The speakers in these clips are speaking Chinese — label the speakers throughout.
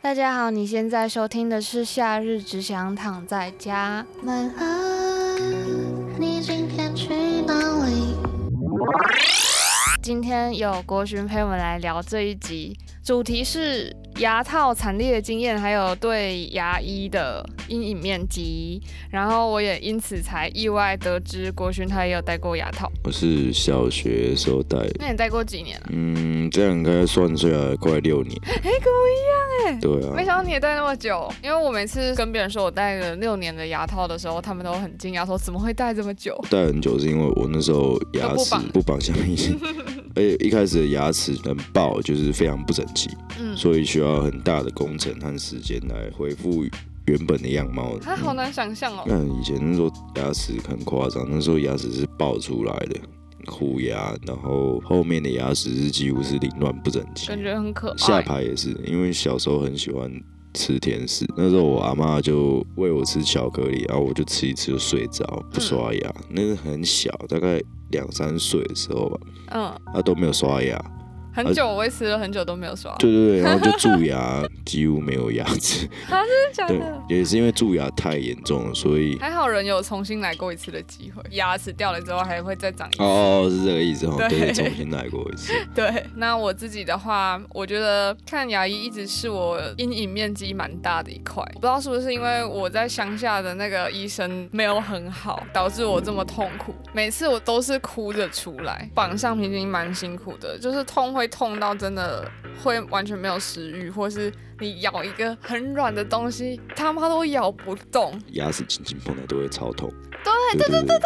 Speaker 1: 大家好，你现在收听的是《夏日只想躺在家》。
Speaker 2: My love，你今天去哪里？
Speaker 1: 今天有国巡陪我们来聊这一集，主题是牙套惨烈的经验，还有对牙医的阴影面积。然后我也因此才意外得知，国巡他也有戴过牙套。
Speaker 3: 我是小学时候戴，
Speaker 1: 那你戴过几年了、
Speaker 3: 嗯，这样应该算下来快六年。
Speaker 1: 哎、跟我一样。
Speaker 3: 对
Speaker 1: 没
Speaker 3: 啊，
Speaker 1: 想到你也戴那么久，因为我每次跟别人说我戴了六年的牙套的时候，他们都很惊讶，说怎么会戴这么久？
Speaker 3: 戴很久是因为我那时候牙齿
Speaker 1: 都不绑
Speaker 3: 不绑橡 皮筋，而且一开始的牙齿能爆就是非常不整齐，
Speaker 1: 嗯，
Speaker 3: 所以需要很大的工程和时间来恢复原本的样貌。
Speaker 1: 他好难想象哦。
Speaker 3: 看以前那时候牙齿很夸张，那时候牙齿是爆出来的虎牙，然后后面的牙齿是几乎是凌乱不整齐，
Speaker 1: 感觉很可
Speaker 3: 下
Speaker 1: 爱。
Speaker 3: 排也是，因为小时候很喜欢吃甜食，那时候我阿妈就喂我吃巧克力，然后我就吃一吃就睡着，不刷牙。那是很小，大概两三岁的时候吧，
Speaker 1: 嗯，
Speaker 3: 啊都没有刷牙，
Speaker 1: 很久我也吃了很久都没有刷，
Speaker 3: 对对 对，然呃后就蛀牙，几乎没有牙 齿。
Speaker 1: 真的假
Speaker 3: 对
Speaker 1: 的？，
Speaker 3: 也是因为蛀牙太严重了，所以
Speaker 1: 还好人有重新来过一次的机会，牙齿掉了之后还会再长一次。
Speaker 3: 哦哦是这个意思哦，
Speaker 1: 对
Speaker 3: 对，重新来过一次。
Speaker 1: 对，那我自己的话，我觉得看牙医一直是我阴影面积蛮大的一块。不知道是不是因为我在乡下的那个医生没有很好，导致我这么痛苦。每次我都是哭着出来，绑橡皮筋蛮辛苦的，就是痛会痛到真的会完全没有食欲，或是你咬一个很软的东西，他妈都咬不动。
Speaker 3: 牙齿轻轻碰到都会超痛。
Speaker 1: 对
Speaker 3: 对对对对，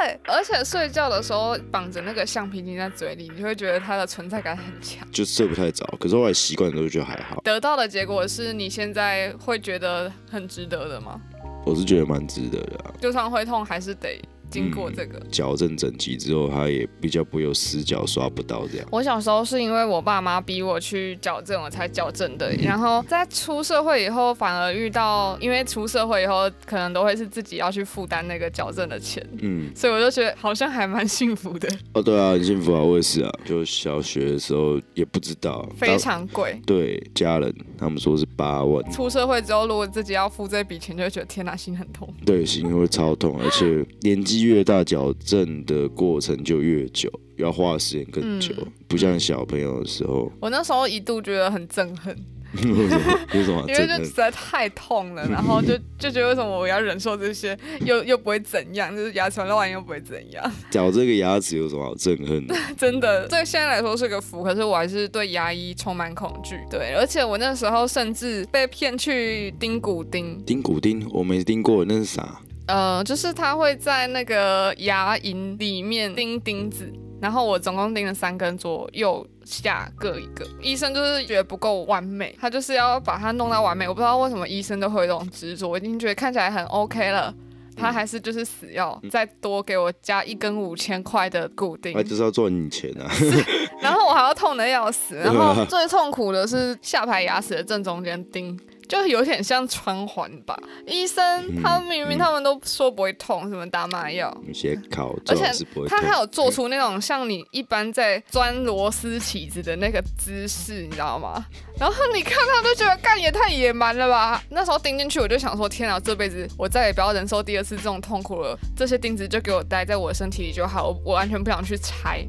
Speaker 1: 对，而且睡觉的时候绑着那个橡皮筋在嘴里，你就会觉得它的存在感很强。
Speaker 3: 就睡不太着，可是后来习惯了之后就还好。
Speaker 1: 得到的结果是你现在会觉得很值得的吗？
Speaker 3: 我是觉得蛮值得的啊。
Speaker 1: 就算会痛，还是得经过这个。
Speaker 3: 矫正整齐之后，它也比较不会有死角刷不到这样。
Speaker 1: 我小时候是因为我爸妈逼我去矫正，我才矫正的。然后在出社会以后，反而遇到，因为出社会以后可能都会是自己要去负担那个矫正的钱，
Speaker 3: 嗯，
Speaker 1: 所以我就觉得好像还蛮幸福的，
Speaker 3: 哦，对啊，很幸福啊，我也是啊。就小学的时候也不知道，
Speaker 1: 非
Speaker 3: 当
Speaker 1: 常贵。
Speaker 3: 对家人他们说是八万，
Speaker 1: 出社会之后，如果自己要付这笔钱，就会觉得天哪，心很痛。
Speaker 3: 对，心会超痛，而且年纪越大，矫正的过程就越久，要花的时间更久，
Speaker 1: 嗯
Speaker 3: 不像小朋友的时候，
Speaker 1: 我那时候一度觉得很憎恨，
Speaker 3: 为什么 为什么
Speaker 1: 因为
Speaker 3: 哦真
Speaker 1: 就
Speaker 3: 的
Speaker 1: 实在太痛 了，然后就就觉得为什么我要忍受这些，又又不会怎样，就是牙齿乱又不会怎样，
Speaker 3: 矫这个牙齿有什么好憎恨的？
Speaker 1: 真
Speaker 3: 嗯
Speaker 1: 的，对现在来说是个福，可是我还是对牙医充满恐惧。对，而且我那时候甚至被骗去钉骨钉，
Speaker 3: 钉骨钉我没钉过，那是啥？
Speaker 1: 呃，就是他会在那个牙龈里面钉钉子。然后我总共钉了三根，左右下各一个。医生就是觉得不够完美，他就是要把它弄到完美。我不知道为什么医生都会有这种执着，我已经觉得看起来很 OK 了，他还是就是死要再多给我加一根五千块的固定
Speaker 3: 那。就是要赚你钱啊！
Speaker 1: 然后我还要痛的要死，然
Speaker 3: 嗯
Speaker 1: 后最痛苦的是下排牙齿的正中间钉。就有点像穿环吧，医生
Speaker 3: 嗯
Speaker 1: 他明明
Speaker 3: 嗯
Speaker 1: 他们都说不会痛，什么打麻药，
Speaker 3: 有些烤
Speaker 1: 而
Speaker 3: 最
Speaker 1: 且
Speaker 3: 好是不会痛
Speaker 1: 他。还有做出那种像你一般在钻螺丝起子的那个姿势，你知道吗？然后你看他就觉得干也太野蛮了吧。那时候钉进去，我就想说，天啊，这辈子我再也不要忍受第二次这种痛苦了。这些钉子就给我待在我的身体里就好，我我完全不想去拆。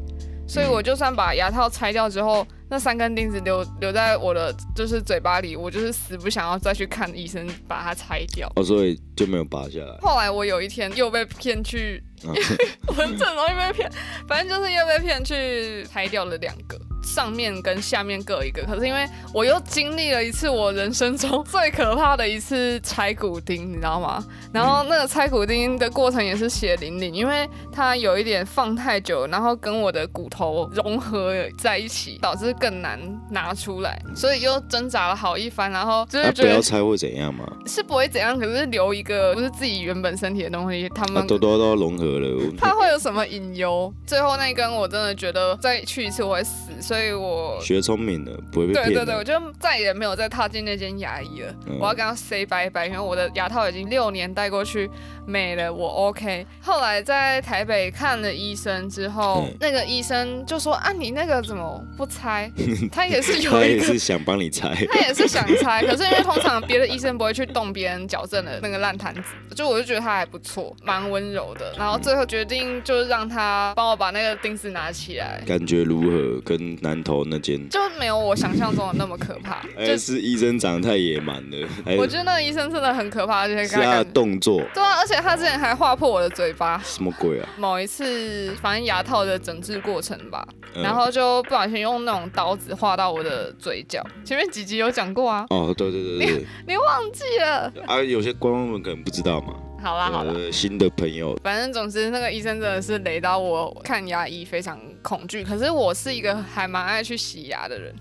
Speaker 1: 所以我就算把牙套拆掉之后，那三根钉子留留在我的就是嘴巴里，我就是死不想要再去看医生把它拆掉。
Speaker 3: 哦，所以就没有拔下来。
Speaker 1: 后来我有一天又被骗去
Speaker 3: 啊
Speaker 1: 我很容易被骗，反正就是又被骗去拆掉了两个，上面跟下面各一个。可是因为我又经历了一次我人生中最可怕的一次拆骨钉，你知道吗？然后那个拆骨钉的过程也是血淋淋，因为它有一点放太久，然后跟我的骨头融合在一起，导致更难拿出来，所以又挣扎了好一番，然后就
Speaker 3: 啊
Speaker 1: 是觉
Speaker 3: 不要
Speaker 1: 得
Speaker 3: 拆会怎样嘛？
Speaker 1: 是不会怎样，可是留一个不是自己原本身体的东西，他
Speaker 3: 啊，
Speaker 1: 们
Speaker 3: 都都都要融合了。我
Speaker 1: 怕会有什么隐忧。最后那一根我真的觉得再去一次我会死，所以我
Speaker 3: 学聪明了，不会被骗啊
Speaker 1: 对
Speaker 3: 的。
Speaker 1: 对对，我就再也没有再踏进那间牙医了。
Speaker 3: 嗯
Speaker 1: 我要跟他 say 拜拜，因为我的牙套已经六年戴过去没了，我 OK。后来在台北看了医生之后，
Speaker 3: 嗯
Speaker 1: 那个医生就说：“啊，你那个怎么不 拆？”他也是有
Speaker 3: 他
Speaker 1: 一
Speaker 3: 也
Speaker 1: 个
Speaker 3: 是想帮你猜，
Speaker 1: 他也是想拆，可是因为通常别的医生不会去动别人矫正的那个烂摊子，就我就觉得他还不错，蛮温柔的。然后最后决定就是让他帮我把那个钉子拿起来，
Speaker 3: 感觉如何？跟南投那 间，
Speaker 1: 就没有我想象中的那么可怕。
Speaker 3: 哎，
Speaker 1: 就是
Speaker 3: 医生长得太野蛮了，还
Speaker 1: 我觉得那个医生真的很可怕，而且
Speaker 3: 是啊
Speaker 1: 他
Speaker 3: 他的
Speaker 1: 感
Speaker 3: 动作，
Speaker 1: 对啊，而且他之前还划破我的嘴巴。
Speaker 3: 什么鬼啊？
Speaker 1: 某一次，反正牙套的整治过程吧，
Speaker 3: 嗯
Speaker 1: 然后就不小心用那种刀子划到我的嘴角。前面几集有讲过啊，
Speaker 3: 哦，对对对对
Speaker 1: 你忘记了？
Speaker 3: 对，啊，有些观众们可能不知道嘛，
Speaker 1: 好啦好啦，
Speaker 3: 呃，新的朋友，
Speaker 1: 反正总之，那个医生真的是雷到我看牙医非常恐惧。可是我是一个还蛮爱去洗牙的人，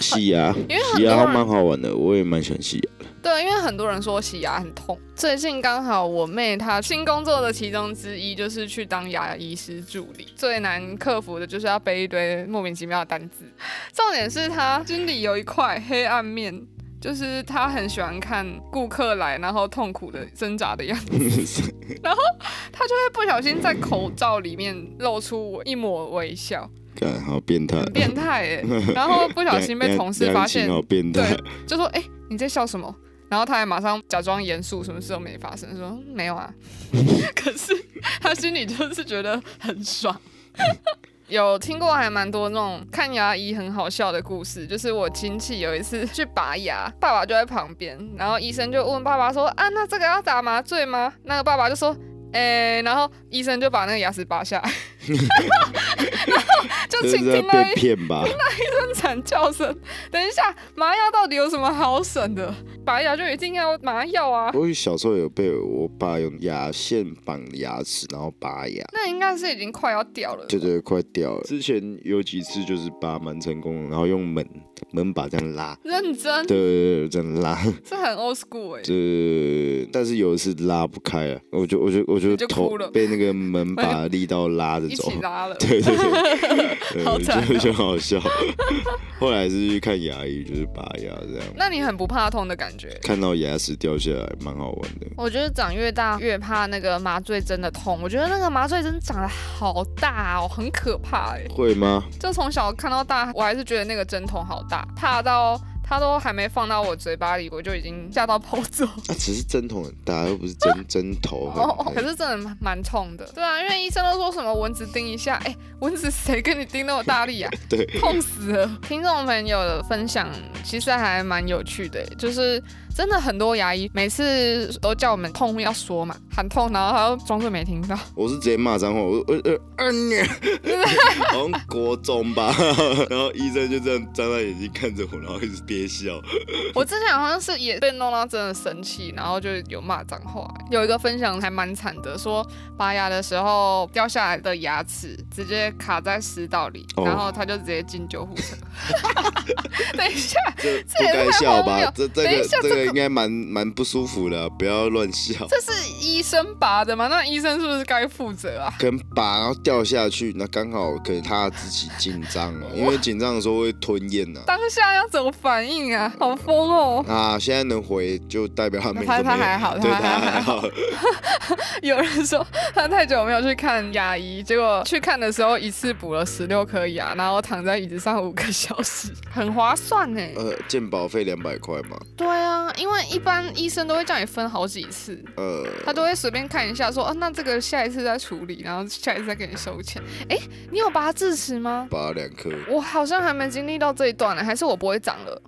Speaker 3: 洗牙，
Speaker 1: 因为很
Speaker 3: 洗
Speaker 1: 多
Speaker 3: 牙还
Speaker 1: 人
Speaker 3: 蛮啊好玩的，我也蛮喜欢洗啊牙。
Speaker 1: 对，因为很多人说洗牙很痛。最近刚好我妹她新工作的其中之一就是去当牙医师助理，最难克服的就是要背一堆莫名其妙的单字。重点是她心里有一块黑暗面。就是她很喜欢看顾客来，然后痛苦的挣扎的样子，她就会不小心在口罩里面露出我一抹微笑，
Speaker 3: 干，好变态，
Speaker 1: 很变态哎、然后不小心被
Speaker 3: 良
Speaker 1: 同事
Speaker 3: 良
Speaker 1: 发
Speaker 3: 心
Speaker 1: 现，
Speaker 3: 好变态
Speaker 1: 对，就说：“哎、你在笑什么？”然后他还马上假装严肃，什么事都没发生，说：“没有啊。” 可是他心里就是觉得很爽。 有听过还蛮多那种看牙医很好笑的故事，就是我亲戚有一次去拔牙，爸爸就在旁边，然后医生就问爸爸说：“啊，那这个要打麻醉吗？”那个爸爸就说：“哎、然后医生就把那个牙齿拔下 来， 然后 就
Speaker 3: 这
Speaker 1: 请
Speaker 3: 是在
Speaker 1: 听到一
Speaker 3: 被骗吧？
Speaker 1: 惨叫声。等一下，麻药到底有什么好省的？拔牙就一定要麻药啊？
Speaker 3: 我小时候有被我爸用牙线绑牙齿，然后拔牙，
Speaker 1: 那应该是已经快要掉了。
Speaker 3: 就觉得快掉了。之前有几次就是拔蛮成功的，然后用门门把这样拉，
Speaker 1: 认真，
Speaker 3: 对对对，这样拉，
Speaker 1: 这很 old school 哎、
Speaker 3: 对，但是有一次拉不开了，我就我就我就
Speaker 1: 你就哭
Speaker 3: 头
Speaker 1: 了
Speaker 3: 被那个 门把力道拉着
Speaker 1: 一
Speaker 3: 走
Speaker 1: 起，拉了。
Speaker 3: 对对对，
Speaker 1: 好惨哦
Speaker 3: 对就就很好笑。后来是去看牙医，就是拔牙这样，
Speaker 1: 那你很不怕痛的感觉？
Speaker 3: 看到牙齿掉下来，蛮好玩的。
Speaker 1: 我觉得长越大越怕那个麻醉针的痛。我觉得那个麻醉针长得好大哦，很可怕哎、
Speaker 3: 会吗？
Speaker 1: 就从小看到大，我还是觉得那个针头好大，大到它都还没放到我嘴巴里，我就已经吓到跑走。
Speaker 3: 啊，只是针筒很大，又不是 针针头很。
Speaker 1: 哦，可
Speaker 3: 很
Speaker 1: 是真的蛮蛮痛的。对啊，因为医生都说什么蚊子叮一下，哎、蚊子谁跟你叮那么大力啊？
Speaker 3: 对，
Speaker 1: 痛死了！听众朋友的分享其实还蛮有趣的，就是真的很多牙医每次都叫我们痛要说嘛，喊痛，然后他又装作没听到。
Speaker 3: 我是直接骂脏话，我我呃啊你， 好像国中吧，然后医生就这样张大眼睛看着我，然后一直憋笑。
Speaker 1: 我之前好像是也被弄到真的生气，然后就有骂脏话。有一个分享还蛮惨的，说拔牙的时候掉下来的牙齿直接卡在食道里，
Speaker 3: 哦
Speaker 1: 然后他就直接进救护车。 等一下，
Speaker 3: 这不
Speaker 1: 也
Speaker 3: 该
Speaker 1: 太
Speaker 3: 笑
Speaker 1: 荒
Speaker 3: 吧
Speaker 1: 谬？
Speaker 3: 这这
Speaker 1: 等一
Speaker 3: 个
Speaker 1: 下
Speaker 3: 这
Speaker 1: 这
Speaker 3: 个应该蛮蛮不舒服的，啊不要乱笑。
Speaker 1: 这是医生拔的吗？那医生是不是该负责啊？
Speaker 3: 可能拔然后掉下去，那刚好可能他自己紧张了，因为紧张的时候会吞咽呐、
Speaker 1: 当下要怎么反应啊？好疯哦！
Speaker 3: 啊，现在能回就代表他没
Speaker 1: 他
Speaker 3: 怎么
Speaker 1: 他还
Speaker 3: 样
Speaker 1: 好
Speaker 3: 对
Speaker 1: 他
Speaker 3: 他
Speaker 1: 还
Speaker 3: 还好。
Speaker 1: 有人说他太久没有去看牙医，结果去看的时候一次补了十六颗牙，然后躺在椅子上五个小时，很划算呢。欸
Speaker 3: 呃，鉴保费两百块嘛，
Speaker 1: 对啊，因为一般医生都会叫你分好几次，
Speaker 3: 呃，
Speaker 1: 他都会随便看一下说，哦，那这个下一次再处理，然后下一次再给你收钱。哎，你有拔智齿吗？
Speaker 3: 拔两颗，
Speaker 1: 我好像还没经历到这一段呢，欸还是我不会长了？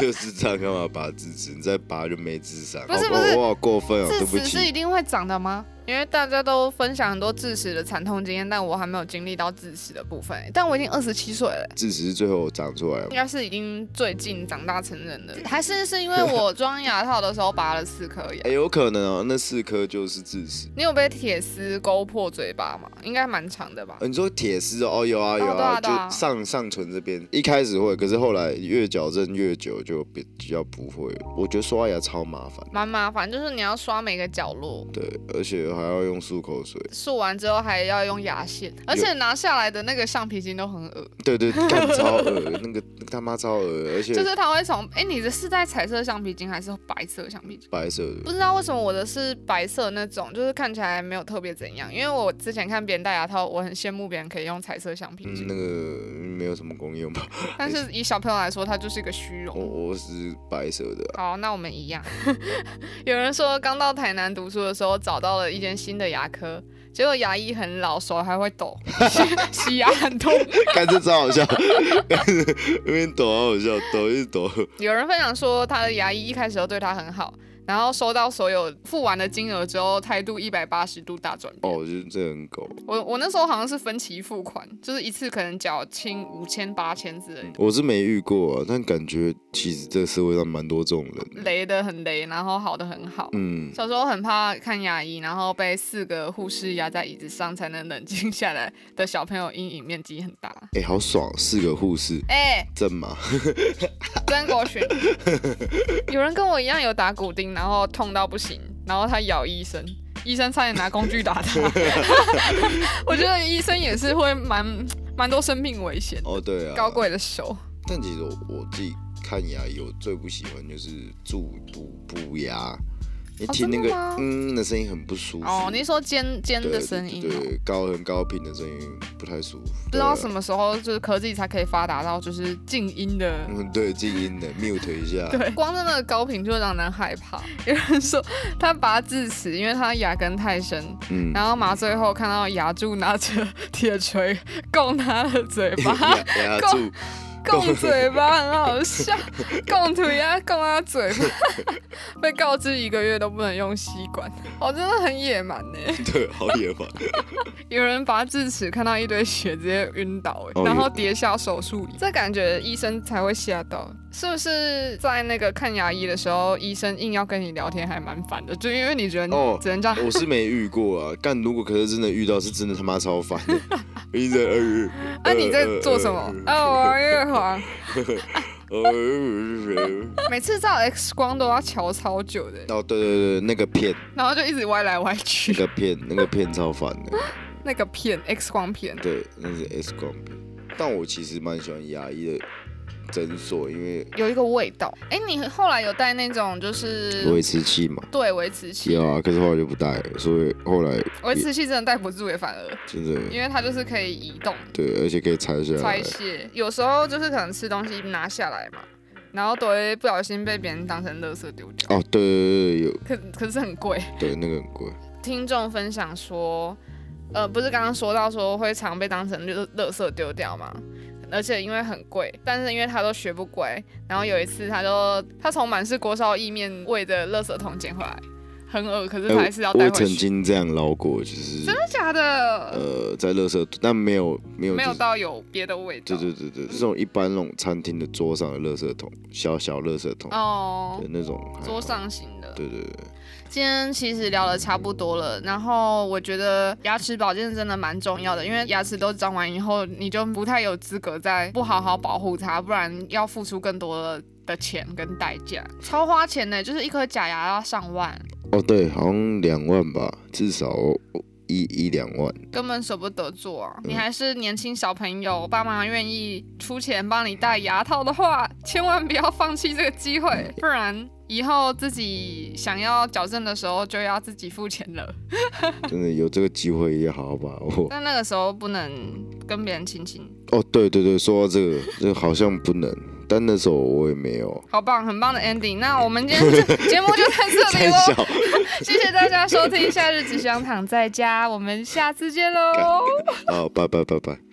Speaker 3: 就是这样干嘛拔智齿？你再拔就没智商。
Speaker 1: 不是
Speaker 3: 好
Speaker 1: 不是
Speaker 3: 我好过分哦，
Speaker 1: 智
Speaker 3: 对不
Speaker 1: 齿是一
Speaker 3: 起。
Speaker 1: 定会长的吗？因为大家都分享很多智齿的惨痛经验，但我还没有经历到智齿的部分、欸但我已经二十七岁了、
Speaker 3: 智齿是最后长出来了
Speaker 1: 应，该是已经最近长大成人了。还是是因为我装牙套的时候拔了四颗牙
Speaker 3: 哎、？有可能哦，那四颗就是智齿。
Speaker 1: 你有被铁丝勾破嘴巴吗？应该蛮长的吧？
Speaker 3: 呃你说铁丝哦，哦有啊有
Speaker 1: 对啊对啊
Speaker 3: 就上上唇这边，一开始会，可是后来越矫正越久就比较不会。我觉得刷牙超麻烦，
Speaker 1: 蛮麻烦，就是你要刷每个角落。
Speaker 3: 对，而且还还要用漱口水。
Speaker 1: 漱完之后还要用牙线，而且拿下来的那个橡皮筋都很恶，
Speaker 3: 对对，干超恶，那个那个他妈超恶，而且
Speaker 1: 就是它会从哎、你的是在彩色橡皮筋还是白色橡皮筋？
Speaker 3: 白色的
Speaker 1: 不知道为什么我的是白色那种，就是看起来没有特别怎样。因为我之前看别人戴牙套，我很羡慕别人可以用彩色橡皮
Speaker 3: 嗯，
Speaker 1: 筋，
Speaker 3: 那个没有什么功用吧？
Speaker 1: 但是以小朋友来说，它就是一个虚荣。
Speaker 3: 我我是白色的啊、
Speaker 1: 好，哦那我们一样。 有人说刚到台南读书的时候找到了一间新的牙科，结果牙医很老，手还会 抖， 洗洗牙很痛。
Speaker 3: 看这超好笑，那边抖啊好好笑，抖一直抖，
Speaker 1: 有人分享说，他的牙医一开始都对他很好，然后收到所有付完的金额之后，态度一百八十度大转变。
Speaker 3: 哦，我觉得这很狗。
Speaker 1: 我我那时候好像是分期付款，就是一次可能缴清五千八千之类的，
Speaker 3: 我是没遇过啊，但感觉其实这社会上蛮多这种人。
Speaker 1: 雷的很雷，然后好的很好。
Speaker 3: 嗯，
Speaker 1: 小时候很怕看牙医，然后被四个护士压在椅子上才能冷静下来的小朋友阴影面积很大。
Speaker 3: 哎、好爽，四个护士，
Speaker 1: 哎、
Speaker 3: 正嘛？
Speaker 1: 曾国 勋，有人跟我一样有打骨钉，然后痛到不行，然后他咬医生，医生差点拿工具打 他。我觉得医生也是会蛮蛮多生命危险，
Speaker 3: 哦，对啊，
Speaker 1: 高。贵的手。
Speaker 3: 但其实我我自己看牙医，我最不喜欢就是蛀补补牙，你听那
Speaker 1: 哦真
Speaker 3: 个、
Speaker 1: 的吗
Speaker 3: 嗯的声音很不舒服。
Speaker 1: 哦，你是说尖尖
Speaker 3: 对
Speaker 1: 的声音、
Speaker 3: 对
Speaker 1: 哦，
Speaker 3: 对高很高频的声音不太舒服。
Speaker 1: 不知道
Speaker 3: 对啊
Speaker 1: 什么时候就是科技才可以发达到就是静音的。
Speaker 3: 嗯，对，静音的 mute 一下。
Speaker 1: 对，光是那个高频就会让人害怕。 有人说他拔智齿，因为他牙根太深，
Speaker 3: 嗯，
Speaker 1: 然后麻醉后看到牙柱拿着铁锤供他的嘴巴，
Speaker 3: 牙牙
Speaker 1: 够
Speaker 3: 蛀，
Speaker 1: 供嘴巴很好笑，供腿啊，供他嘴巴， 被告知一个月都不能用吸管，哦，真的很野蛮呢。
Speaker 3: 对，好野蛮。
Speaker 1: 有人拔智齿，看到一堆血直接晕倒、欸
Speaker 3: 哦
Speaker 1: 然后
Speaker 3: 有
Speaker 1: 跌下手术椅，这感觉医生才会吓到，是不是？在那个看牙医的时候，医生硬要跟你聊天，还蛮烦的，就因为你觉得你
Speaker 3: 哦
Speaker 1: 只能这样。
Speaker 3: 我是没遇过啊，但如果可是真的遇到，是真的他妈超烦的。一直在呃，
Speaker 1: 那、你在做什么？啊，我玩 月华，
Speaker 3: 呃呃呃呃
Speaker 1: 每次照 X 光都要瞧超久的欸、
Speaker 3: 哦，对对对，那个片，
Speaker 1: 然后就一直歪来歪
Speaker 3: 那
Speaker 1: 去。
Speaker 3: 个片，那个片超烦的。
Speaker 1: 那个片 X 光片，
Speaker 3: 对，那是 X 光片。但我其实蛮喜欢牙医的诊所，因为
Speaker 1: 有一个味道。哎、你后来有带那种就是
Speaker 3: 我会吃气嘛。
Speaker 1: 对维持器
Speaker 3: 有，啊，可是后来就不戴了，所以后来
Speaker 1: 维持器真的戴不住也反而，
Speaker 3: 真的
Speaker 1: 因为它就是可以移动
Speaker 3: 对，而且可以拆下
Speaker 1: 拆
Speaker 3: 来。
Speaker 1: 卸，有时候就是可能吃东西拿下来嘛，然后都会不小心被别人当成垃圾丢掉，
Speaker 3: 哦，对对对对，有
Speaker 1: 可可是很贵。
Speaker 3: 对那个很贵。
Speaker 1: 听众分享说，呃，不是刚刚说到说会常被当成垃垃圾丢掉吗？而且因为很贵，但是因为他都学不乖，然后有一次他就他从满是锅烧意面味的垃圾桶捡回来，很恶，可是他还是要
Speaker 3: 哎呃
Speaker 1: 带
Speaker 3: 我我
Speaker 1: 回
Speaker 3: 曾
Speaker 1: 去。
Speaker 3: 经这样捞过，就是
Speaker 1: 真的假的？
Speaker 3: 呃，在垃圾，但没有没有、就
Speaker 1: 没
Speaker 3: 是、
Speaker 1: 有到有别的味道。
Speaker 3: 对对对对，这种一般那种餐厅的桌上的垃圾桶，小小垃圾桶，
Speaker 1: 哦
Speaker 3: 对，那种还好
Speaker 1: 桌。上型的。
Speaker 3: 嗯对对对，
Speaker 1: 今天其实聊的差不多了，然后我觉得牙齿保健真的蛮重要的，因为牙齿都长完以后，你就不太有资格再不好好保护它，不然要付出更多的钱跟代价，
Speaker 3: 嗯
Speaker 1: 超花钱呢、就是一颗假牙要上万，
Speaker 3: 哦对，好像两万吧，至少一一两 万。
Speaker 1: 根本舍不得做啊！
Speaker 3: 嗯
Speaker 1: 你还是年轻小朋友，爸妈愿意出钱帮你戴牙套的话，千万不要放弃这个机会，不然以后自己想要矫正的时候就要自己付钱了。
Speaker 3: 真的有这个机会也好好把握。
Speaker 1: 但那个时候不能跟别人亲亲，
Speaker 3: 哦，对对对，说到这个，这好像不能，但那时候我也没有。
Speaker 1: 好棒，很棒的 ending。那我们今天就节目就到 这里
Speaker 3: 太
Speaker 1: 喽，
Speaker 3: 小，
Speaker 1: 谢谢大家收听《夏日只想躺在家》，我们下次见喽。
Speaker 3: 好，拜拜拜拜。